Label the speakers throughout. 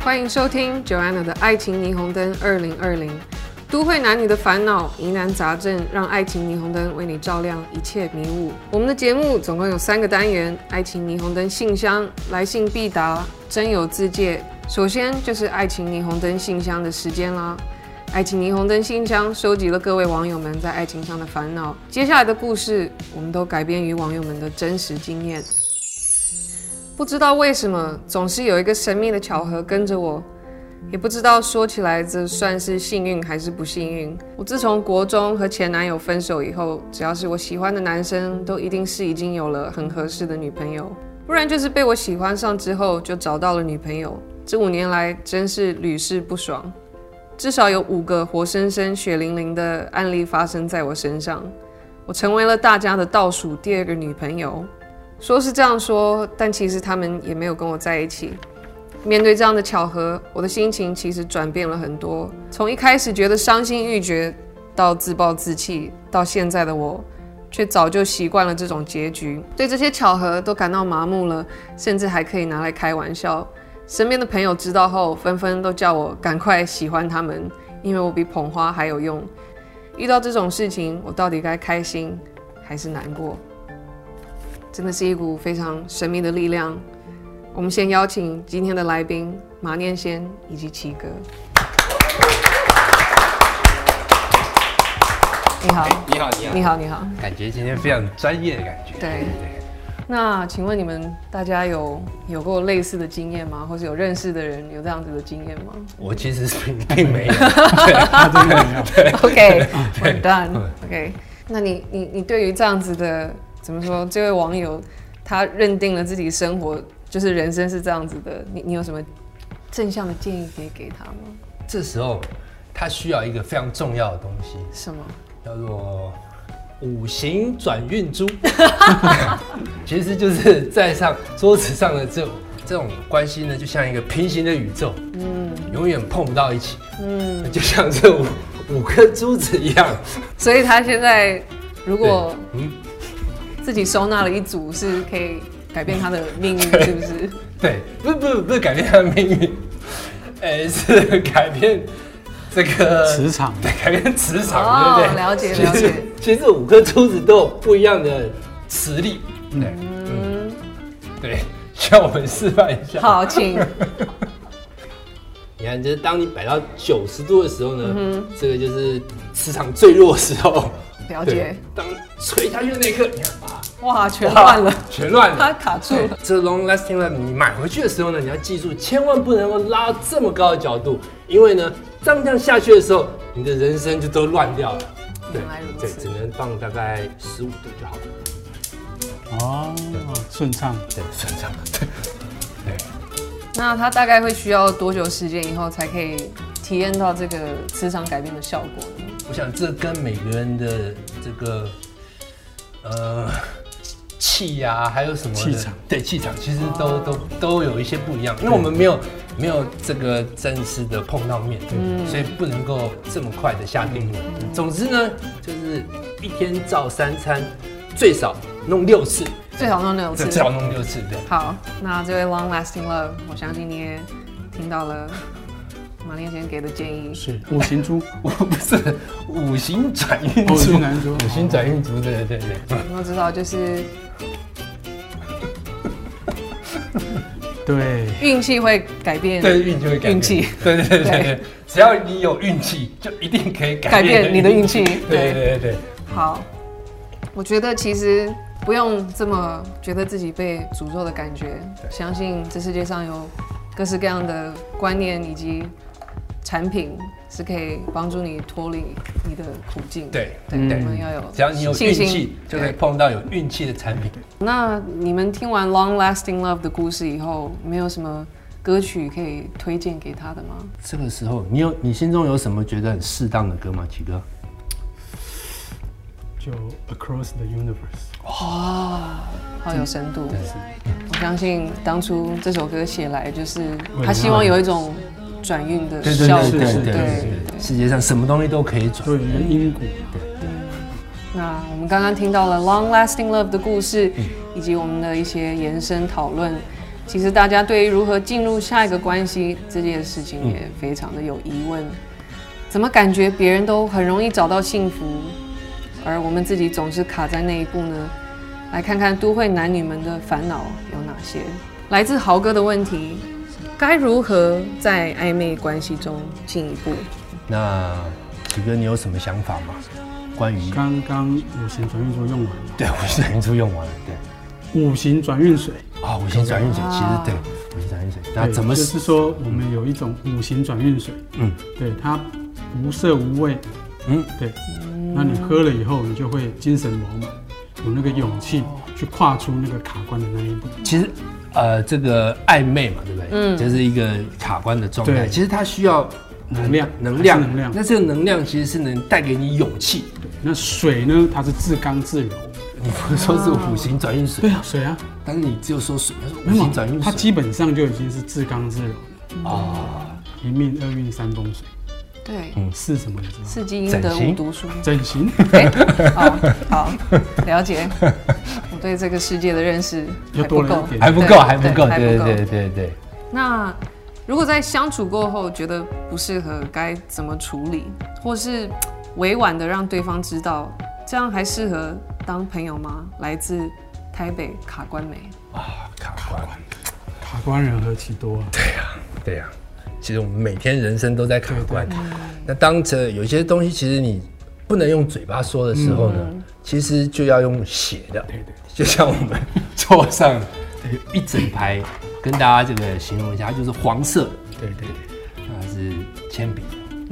Speaker 1: 欢迎收听 Joanna 的《爱情霓虹灯》二零二零，都会男女的烦恼、疑难杂症，让爱情霓虹灯为你照亮一切迷雾。我们的节目总共有三个单元：爱情霓虹灯信箱、来信必答、真有自介。首先就是爱情霓虹灯信箱的时间啦。爱情霓虹灯信箱收集了各位网友们在爱情上的烦恼，接下来的故事我们都改编于网友们的真实经验。不知道为什么，总是有一个神秘的巧合跟着我，也不知道说起来这算是幸运还是不幸运。我自从国中和前男友分手以后，只要是我喜欢的男生，都一定是已经有了很合适的女朋友，不然就是被我喜欢上之后就找到了女朋友。这五年来真是屡试不爽。至少有五个活生生、血淋淋的案例发生在我身上，我成为了大家的倒数第二个女朋友。说是这样说，但其实他们也没有跟我在一起。面对这样的巧合，我的心情其实转变了很多，从一开始觉得伤心欲绝，到自暴自弃，到现在的我，却早就习惯了这种结局，对这些巧合都感到麻木了，甚至还可以拿来开玩笑。身边的朋友知道后，纷纷都叫我赶快喜欢他们，因为我比捧花还有用。遇到这种事情，我到底该开心还是难过？真的是一股非常神秘的力量。我们先邀请今天的来宾马念先以及奇哥。你好，
Speaker 2: 哎你好，你好，
Speaker 1: 你好，你好。
Speaker 2: 感觉今天非常专业的感觉。
Speaker 1: 对那请问你们大家有有过类似的经验吗？或是有认识的人有这样子的经验吗
Speaker 2: 我其实是并没有，
Speaker 1: ？OK，完蛋。OK，那你你你对于这样子的怎么说？这位网友他认定了自己生活就是人生是这样子的，你你有什么正向的建议可以给他吗？
Speaker 2: 这时候他需要一个非常重要的东西，
Speaker 1: 什么？
Speaker 2: 叫做五行转运珠， 其实就是在上桌子上的这种这种关系呢，就像一个平行的宇宙，嗯，永远碰不到一起，嗯，就像这五五颗珠子一样，
Speaker 1: 所以他现在如果
Speaker 2: 对嗯，
Speaker 1: 自己收纳了一组，是可以改变他的命运，是不 是？
Speaker 2: 对，不是不是不是改变他的命运， 哎，是改变这个
Speaker 3: 磁场
Speaker 2: 对，改变磁场，
Speaker 1: 哦
Speaker 2: 对不对？
Speaker 1: 了解
Speaker 2: 其实
Speaker 1: 了解
Speaker 2: 其实五颗珠子都有不一样的磁力，对，嗯，对， 需要我们示范一下。
Speaker 1: 好，请
Speaker 2: 你看，就是当你摆到九十度的时候呢，
Speaker 1: 嗯
Speaker 2: 这个就是磁场最弱的时候。
Speaker 1: 了
Speaker 2: 对
Speaker 1: 解。，
Speaker 2: 当垂下去的那一刻，你看啊，
Speaker 1: 哇，全乱了
Speaker 2: 哇，全乱了，
Speaker 1: 他卡住
Speaker 2: 对
Speaker 1: 了。
Speaker 2: 这 long lasting love，你买回去的时候呢，你要记住，千万不能够拉这么高的角度，因为呢，这样这样下去的时候，你的人生就都乱掉了。对
Speaker 1: 原来如，
Speaker 2: 对，
Speaker 1: 此
Speaker 2: 只能放大概十五度就好了。
Speaker 3: 哦，顺畅。
Speaker 2: 对，顺畅。对，
Speaker 1: 那他大概会需要多久时间以后才可以体验到这个磁场改变的效果呢？
Speaker 2: 我想这跟每个人的这个呃气呀、还有什么的
Speaker 3: 气场，
Speaker 2: 对气场，其实都都都有一些不一样。因为我们没有没有这个正式的碰到面，所以不能够这么快的下定论。总之呢，就是一天照三餐，最少弄六次，
Speaker 1: 最好弄六
Speaker 2: 最
Speaker 1: 次。
Speaker 2: 少弄六次，对。
Speaker 1: 好，那这位 long lasting love，我相信你也听到了马念先给的建议。
Speaker 3: 是五行 珠，
Speaker 2: 我不是五行转运
Speaker 3: 哦五
Speaker 2: 族
Speaker 3: 行转运族
Speaker 2: 五行转运族，对对对。
Speaker 1: 我知道，就是
Speaker 3: 哦对，
Speaker 1: 运气会改变。
Speaker 2: 对运就会改变
Speaker 1: 运气，
Speaker 2: 对对对对
Speaker 1: 对
Speaker 2: 对，只要你有运气，就一定可以
Speaker 1: 改
Speaker 2: 改
Speaker 1: 变
Speaker 2: 变
Speaker 1: 你的运气对
Speaker 2: 对对对对，
Speaker 1: 好，我觉得其实不用这么觉得自己被诅咒的感觉，相信这世界上有各式各样的观念以及产品是可以帮助你脱离你的苦境。
Speaker 2: 对
Speaker 1: 对，
Speaker 3: 对
Speaker 1: 我们要有
Speaker 2: 只要你有
Speaker 1: 嗯信
Speaker 2: 运
Speaker 1: 心
Speaker 2: 气，就可以
Speaker 1: 对
Speaker 2: 碰到有运气的产品。
Speaker 1: 那你们听完《Long Lasting Love》的故事以后，没有什么歌曲可以推荐给他的吗？
Speaker 2: 这个时候，你有你心中有什么觉得很适当的歌吗？奇哥，
Speaker 3: 就 Across the Universe，
Speaker 1: 好有深度。我相信当初这首歌写来，就是
Speaker 3: 为
Speaker 1: 他
Speaker 3: 了
Speaker 1: 希望有一种转运的
Speaker 2: 对对
Speaker 1: 效
Speaker 2: 对
Speaker 1: 果。
Speaker 2: 对对
Speaker 3: 是
Speaker 2: 对对，世界上什么东西都可以转。
Speaker 3: 对，因果。
Speaker 1: 那我们刚刚听到了《Long Lasting Love》的故事，以及我们的一些延伸讨论。其实大家对于如何进入下一个关系这件事情也非常的有疑问，怎么感觉别人都很容易找到幸福，而我们自己总是卡在那一步呢？来看看都会男女们的烦恼有哪些。来自豪哥的问题：该如何在暧昧关系中进一步？
Speaker 2: 那奇哥，你有什么想法吗？关于
Speaker 3: 刚刚五行转运珠用完了，
Speaker 2: 对五行转运珠用完了，对
Speaker 3: 五行转运水，
Speaker 2: 啊，五行转运水其实
Speaker 1: 啊
Speaker 2: 对五行转运水，那
Speaker 3: 对
Speaker 2: 怎么
Speaker 3: 就是说我们有一种五行转运水，
Speaker 2: 嗯
Speaker 3: 对它无色无味，
Speaker 2: 嗯
Speaker 3: 对，那你喝了以后，你就会精神饱满，有那个勇气去跨出那个卡关的那一步。
Speaker 2: 其实，呃，这个暧昧嘛，对不对？
Speaker 1: 嗯
Speaker 2: 就是一个卡关的状态。
Speaker 3: 对
Speaker 2: 其实它需要
Speaker 3: 能量
Speaker 2: 能量，
Speaker 3: 还是能量
Speaker 2: 那这个能量其实是能带给你勇气。
Speaker 3: 对，那水呢，它是至刚至柔，
Speaker 2: 你不是说是五行转运水，
Speaker 3: 对啊，水啊，
Speaker 2: 但是你只有说水，它是
Speaker 3: 没
Speaker 2: 五
Speaker 3: 有
Speaker 2: 行转运
Speaker 3: 它
Speaker 2: 水
Speaker 3: 基本上就已经是至刚至柔，
Speaker 2: 啊。
Speaker 3: 一命二运三风水，
Speaker 1: 对，
Speaker 3: 是什么你知道吗？
Speaker 1: 是基因的
Speaker 2: 整
Speaker 1: 五
Speaker 2: 形
Speaker 1: 毒素。
Speaker 3: 整形，
Speaker 1: 哎，好好了解，我对这个世界的认识还
Speaker 3: 又
Speaker 1: 不
Speaker 3: 多了
Speaker 1: 够
Speaker 3: 一。点，
Speaker 2: 还不够，
Speaker 1: 对
Speaker 2: 还不够，
Speaker 1: 对
Speaker 2: 对
Speaker 1: 还不够
Speaker 2: 对对对对。
Speaker 1: 那如果在相处过后觉得不适合，该怎么处理，或是嘖委婉的让对方知道，这样还适合当朋友吗？来自台北卡关美，
Speaker 2: 啊，卡关，
Speaker 3: 卡关人何其多啊！
Speaker 2: 对呀、其实我们每天人生都在卡关。
Speaker 3: 嗯
Speaker 2: 那当这有些东西，其实你不能用嘴巴说的时候呢，其实就要用写的。
Speaker 3: 嗯对对，
Speaker 2: 就像我们桌上有一整排，跟大家这个形容一下，它就是黄色，
Speaker 3: 对对对，
Speaker 2: 那是铅笔。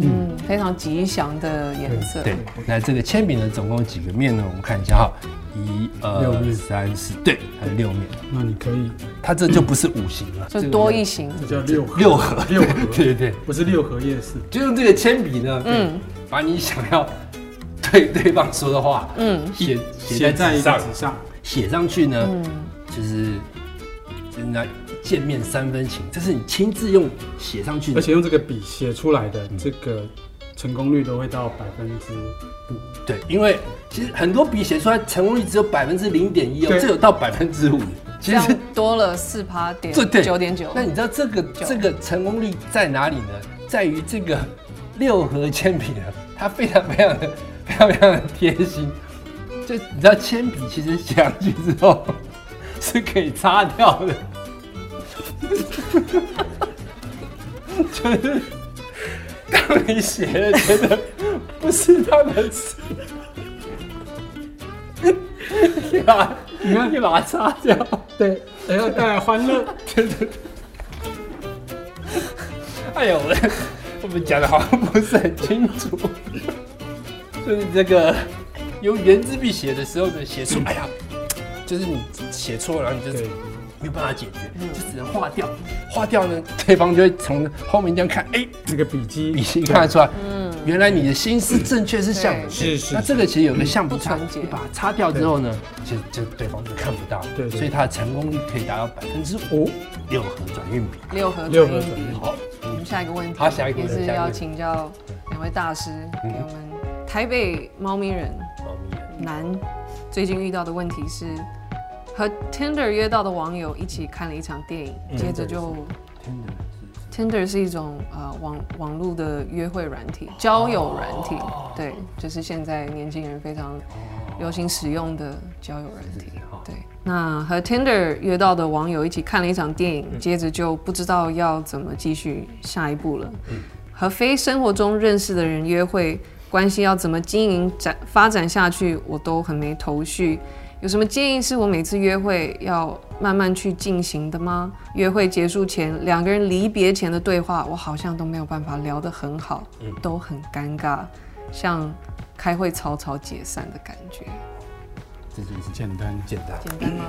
Speaker 1: 嗯，非常吉祥的颜色。
Speaker 2: 对，那这个铅笔呢，总共有几个面呢？我们看一下哈，一
Speaker 3: 六
Speaker 2: 二
Speaker 3: 面
Speaker 2: 三四，对，它是六面，
Speaker 3: 那你可以，
Speaker 2: 它这就不是五行了，
Speaker 1: 就
Speaker 2: 这个
Speaker 1: 多一行，
Speaker 3: 这叫六合
Speaker 2: 六合，
Speaker 3: 六合
Speaker 2: 对对对，
Speaker 3: 不是六合夜市，
Speaker 2: 就用这个铅笔呢，嗯
Speaker 1: 嗯，
Speaker 2: 把你想要对 对方说的话，
Speaker 1: 嗯
Speaker 2: 写
Speaker 3: 写
Speaker 2: 写在
Speaker 3: 在
Speaker 2: 纸
Speaker 3: 一
Speaker 2: 上，
Speaker 3: 个纸上，
Speaker 2: 写上去呢，就是人家见面三分情，这是你亲自用写上去的，
Speaker 3: 而且用这个笔写出来的，这个成功率都会到百分之五，
Speaker 2: 对，因为其实很多笔写出来成功率只有百分之零点一哦，
Speaker 3: 对
Speaker 2: 这有到百分之五，
Speaker 1: 这
Speaker 2: 其
Speaker 1: 样
Speaker 2: 实
Speaker 1: 多了四趴点
Speaker 2: 对对
Speaker 1: 九点九。
Speaker 2: 那你知道这个这个成功率在哪里呢？在于这个六合铅笔呢，它非常非常的非常非常的贴心。就你知道铅笔其实写上去之后 是可以擦掉的， 就是当你写了觉得不是他的事， 你把你看你把它擦掉。
Speaker 3: 对，然后带来欢 乐，
Speaker 2: 哎呦，我 我们讲的好像不是很清楚， 就是这个用圆珠笔写的时候呢，写错，哎呀，就是你写错了，然后你就
Speaker 3: 嗯对嗯
Speaker 2: 是，没有办法解决，就只能划掉，划掉呢，对方就会从后面这样看，哎，
Speaker 3: 这个笔记，
Speaker 2: 笔芯看得出来，原来你的心思正确是像
Speaker 1: 嗯对嗯
Speaker 3: 是是
Speaker 2: 那这个其实有个像不
Speaker 1: 不
Speaker 2: 像
Speaker 1: 纯，洁
Speaker 2: 你把它擦掉之后呢，其实就对方就看不到，
Speaker 3: 对对
Speaker 2: 所以它的成功率可以达到百分之五，六合转运嗯笔，
Speaker 1: 六合
Speaker 3: 六
Speaker 1: 转
Speaker 3: 合
Speaker 1: 运
Speaker 3: 转
Speaker 1: 笔
Speaker 3: 运。
Speaker 2: 好，
Speaker 1: 我们下一个问题，
Speaker 2: 好下一个
Speaker 1: 也
Speaker 2: 问题
Speaker 1: 是
Speaker 2: 下一个
Speaker 1: 要
Speaker 2: 问题嗯
Speaker 1: 请教两位大师给我们台北猫咪人
Speaker 2: 猫咪人
Speaker 1: 男最近遇到的问题是，和 Tinder 约到的网友一起看了一场电影，
Speaker 2: 嗯
Speaker 1: 接着就
Speaker 2: 真的是。
Speaker 1: Tinder 是一种呃网网络的约会软体、交友软体，
Speaker 2: 哦
Speaker 1: 对，就是现在年轻人非常流行使用的交友软体。
Speaker 2: 哦
Speaker 1: 对，那和 Tinder 约到的网友一起看了一场电影，接着就不知道要怎么继续下一步了。和非生活中认识的人约会，关系要怎么经营展发展下去，我都很没头绪。有什么建议是我每次约会要慢慢去进行的吗？约会结束前，两个人离别前的对话，我好像都没有办法聊得很好，都很尴尬，像开会草草解散的感觉，
Speaker 2: 这就是
Speaker 3: 简单
Speaker 2: 简单，
Speaker 1: 简单吗？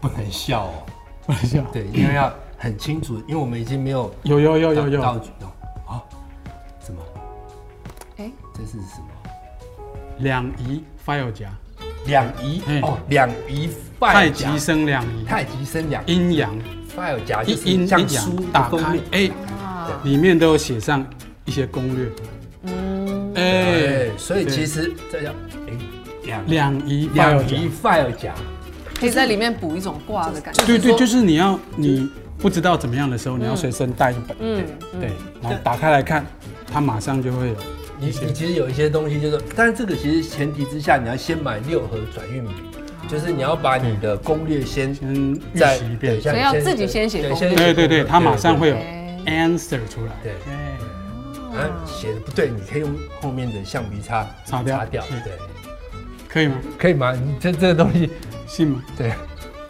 Speaker 2: 不能笑哦。
Speaker 3: 玩笑，
Speaker 2: 对，因为要很清楚，因为我们已经没有
Speaker 3: 有有有有
Speaker 2: 道
Speaker 3: 有，
Speaker 2: 具了。啊，什么？
Speaker 1: 哎、
Speaker 2: 这是什么？
Speaker 3: 两仪 file 夹，
Speaker 2: 两仪
Speaker 3: 嗯
Speaker 2: 哦，两仪
Speaker 3: 太
Speaker 2: file 夹
Speaker 3: 极，生两仪，
Speaker 2: 太极生两仪
Speaker 3: 阴阳
Speaker 2: file 夹，就
Speaker 3: 一阴
Speaker 2: 是
Speaker 3: 一
Speaker 2: 像书
Speaker 3: 阳，
Speaker 2: 打
Speaker 3: 打
Speaker 2: 封
Speaker 3: 开
Speaker 2: 面，。
Speaker 3: 哎，
Speaker 1: 啊，
Speaker 3: 里面都有写上一些攻略，
Speaker 1: 嗯，
Speaker 3: 哎
Speaker 2: 哎，，所以其实这叫哎两
Speaker 3: 两仪 file
Speaker 2: 两
Speaker 3: 夹
Speaker 2: 仪 file 夹，
Speaker 1: 可以在里面补一种卦的感觉。
Speaker 3: 对对，就是你要你不知道怎么样的时候，你要随身带一本，
Speaker 1: 嗯，嗯
Speaker 3: 对，然后打开来看，它马上就会有。
Speaker 2: 你你其实有一些东西就是，但是这个其实前提之下，你要先买六盒转运笔，就是你要把你的攻略先
Speaker 3: 先预习一遍，
Speaker 2: 所
Speaker 1: 所以要自己先写攻略
Speaker 3: 对对对，它马上会有
Speaker 1: 对
Speaker 3: answer 出来。
Speaker 2: 对
Speaker 3: 哎，
Speaker 2: 啊写的不对，你可以用后面的橡皮擦
Speaker 3: 擦掉
Speaker 2: 擦掉，
Speaker 3: 是
Speaker 2: 对，
Speaker 3: 可以吗？
Speaker 2: 可以吗？你这这个东西，
Speaker 3: 信吗？
Speaker 2: 对，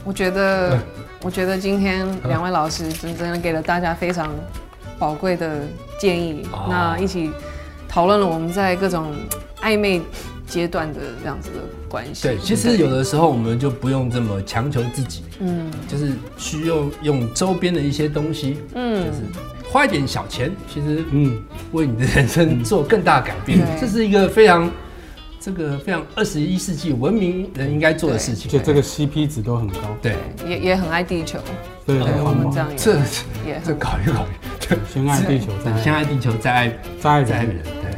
Speaker 1: 我觉得，我觉得今天两位老师真真的给了大家非常宝贵的建议。
Speaker 2: 哦
Speaker 1: 那一起讨论了我们在各种暧昧阶段的这样子的关系。
Speaker 2: 对，其实有的时候我们就不用这么强求自己，嗯，就是需要用周边的一些东西，嗯，就是花一点小钱，其实
Speaker 3: 嗯，
Speaker 2: 为你的人生做更大改变，
Speaker 1: 嗯对
Speaker 2: 这是一个非常这个非常二十一世纪文明人应该做的事情。
Speaker 3: 就这个 CP 值都很高，
Speaker 2: 对，
Speaker 1: 对，也也很爱地球，
Speaker 3: 对，
Speaker 2: 哎
Speaker 3: 很
Speaker 2: 我
Speaker 3: 环
Speaker 1: 们
Speaker 2: 们
Speaker 3: 保
Speaker 1: 这。样
Speaker 2: 这
Speaker 1: 也也
Speaker 2: 这
Speaker 1: 很
Speaker 2: 考虑考虑，
Speaker 3: 先爱地球，再
Speaker 2: 对，先爱地球，再爱
Speaker 3: 爱
Speaker 2: 再
Speaker 3: 再
Speaker 2: 爱
Speaker 3: 爱
Speaker 2: 人
Speaker 3: 人。。
Speaker 2: 对，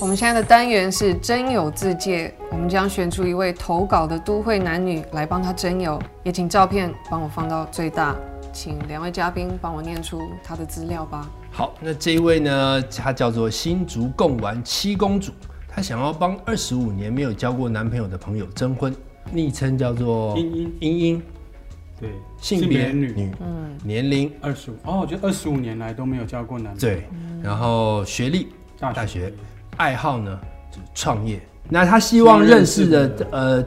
Speaker 1: 我们现在的单元是真友自介，我们将选出一位投稿的都会男女来帮他真友，也请照片帮我放到最大，请两位嘉宾帮我念出他的资料吧。
Speaker 2: 好，那这一位呢，她叫做新竹贡丸七公主，她想要帮二十五年没有交过男朋友的朋友征婚，昵称叫做
Speaker 3: 英英
Speaker 2: 英英，
Speaker 3: 对，
Speaker 2: 性别
Speaker 3: 女，
Speaker 2: 女，嗯，年龄
Speaker 3: 二十五。哦，我觉得二十五年来都没有交过男朋友。
Speaker 2: 对，然后学历
Speaker 3: 大学
Speaker 2: 大学，爱好呢就是创业。那他希望认识的呃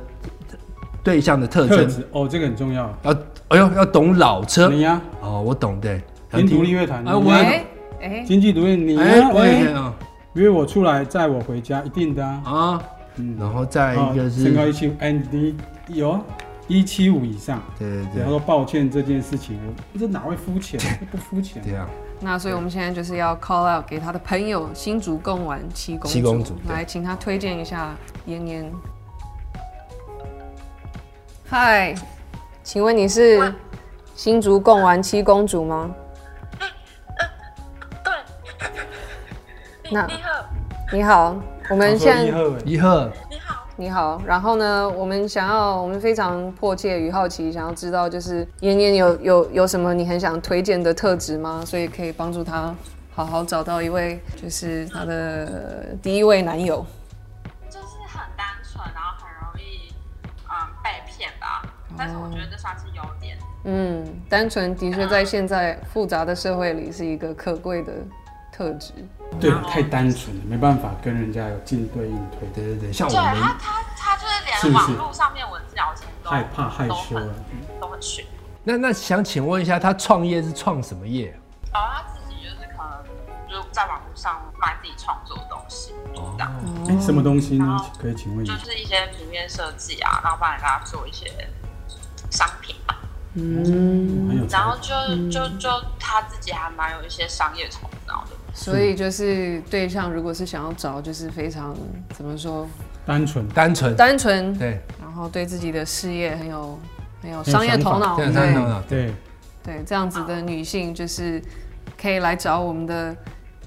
Speaker 2: 对象的特
Speaker 3: 特
Speaker 2: 征，
Speaker 3: 质哦，这个很重要。
Speaker 2: 要哎呦要懂老车
Speaker 3: 你呀，
Speaker 2: 哦，我懂对，
Speaker 3: 民族立乐团，
Speaker 2: 啊我
Speaker 3: 你呀
Speaker 1: 哎哎，
Speaker 3: 经济独立，你
Speaker 2: 哎
Speaker 3: 呀，
Speaker 2: 我也可以
Speaker 3: 哎
Speaker 2: 啊
Speaker 3: 约我出来，载我回家，一定的啊。
Speaker 2: 啊，然后再一个是
Speaker 3: 身高一七五，哎，你有啊一七五以上。
Speaker 2: 对对
Speaker 3: 然
Speaker 2: 对
Speaker 3: 后抱歉这件事情，我这哪会肤浅？这不肤浅。
Speaker 2: 对啊，
Speaker 1: 那所以我们现在就是要 call out 给他的朋友新竹贡丸七公主，
Speaker 2: 七公主对
Speaker 1: 来请他推荐一下妍妍。嗨，请问你是新竹贡丸七公主吗？
Speaker 4: 对，你
Speaker 1: 那
Speaker 4: 你好，
Speaker 1: 你好，我们现在
Speaker 3: 哎
Speaker 2: 一贺
Speaker 4: 你好，
Speaker 1: 你好，然后呢，我们想要，我们非常迫切与好奇，想要知道就是妍妍有有有什么你很想推荐的特质吗？所以可以帮助她好好找到一位就是她的第一位男友。
Speaker 4: 就是很单纯，然后很容易嗯被骗吧，但是我觉得这算是优点。
Speaker 1: 嗯，单纯的确在现在复杂的社会里是一个可贵的特质。
Speaker 3: 对，太单纯了，没办法跟人家有进对应推，
Speaker 2: 对对对，像我
Speaker 4: 对
Speaker 2: 们
Speaker 4: 他他他就是
Speaker 3: 是
Speaker 4: 连
Speaker 3: 不是
Speaker 4: 网络上面文字聊天都
Speaker 3: 害怕害羞啊了。
Speaker 4: 都很逊，
Speaker 2: 那那想请问一下，他创业是创什么业啊？
Speaker 4: 然后他自己就是可能就是在网络上卖自己创作的东西，就是这样，
Speaker 3: 哎，什么东西呢？可以请问一
Speaker 4: 就
Speaker 3: 下？
Speaker 4: 是一些平面设计啊，然后帮人家做一些商品吧。
Speaker 3: 很有才
Speaker 4: 然后就
Speaker 3: 嗯
Speaker 4: 就就他自己还蛮有一些商业头脑的，
Speaker 1: 所以就是对象如果是想要找，就是非常怎么说，
Speaker 3: 单纯，
Speaker 2: 单纯
Speaker 1: 单纯，
Speaker 2: 对，
Speaker 1: 然后对自己的事业很有很有
Speaker 3: 很有
Speaker 1: 商业
Speaker 3: 想法
Speaker 1: 头脑，
Speaker 2: 这样
Speaker 1: 对
Speaker 2: 单纯啊，
Speaker 3: 对，
Speaker 1: 对，这样子的女性就是可以来找我们的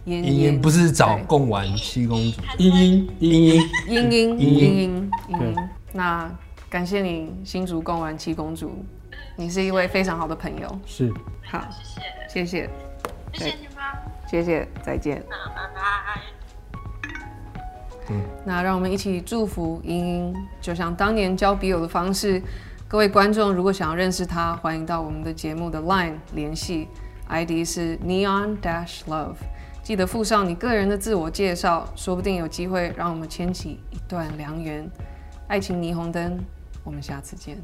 Speaker 1: 妍
Speaker 2: 英英
Speaker 1: 妍，
Speaker 2: 不是找贡丸七公主，
Speaker 3: 英英英
Speaker 2: 英英
Speaker 1: 英英
Speaker 2: 英
Speaker 1: 英英
Speaker 2: 英
Speaker 1: 英
Speaker 3: 对
Speaker 1: 英。那感谢你，新竹贡丸七公主，你是一位非常好的朋友。
Speaker 3: 是
Speaker 1: 好，
Speaker 4: 谢
Speaker 1: 谢
Speaker 4: 谢，
Speaker 1: 谢，
Speaker 4: 谢谢你们，
Speaker 3: 哎
Speaker 1: 谢谢，再见。
Speaker 4: 嗯拜拜。
Speaker 1: 那让我们一起祝福英英，就像当年交笔友的方式。各位观众如果想要认识她，欢迎到我们的节目的 LINE 联系，ID 是 Neon Dash Love。记得附上你个人的自我介绍，说不定有机会让我们牵起一段良缘。爱情霓虹灯，我们下次见，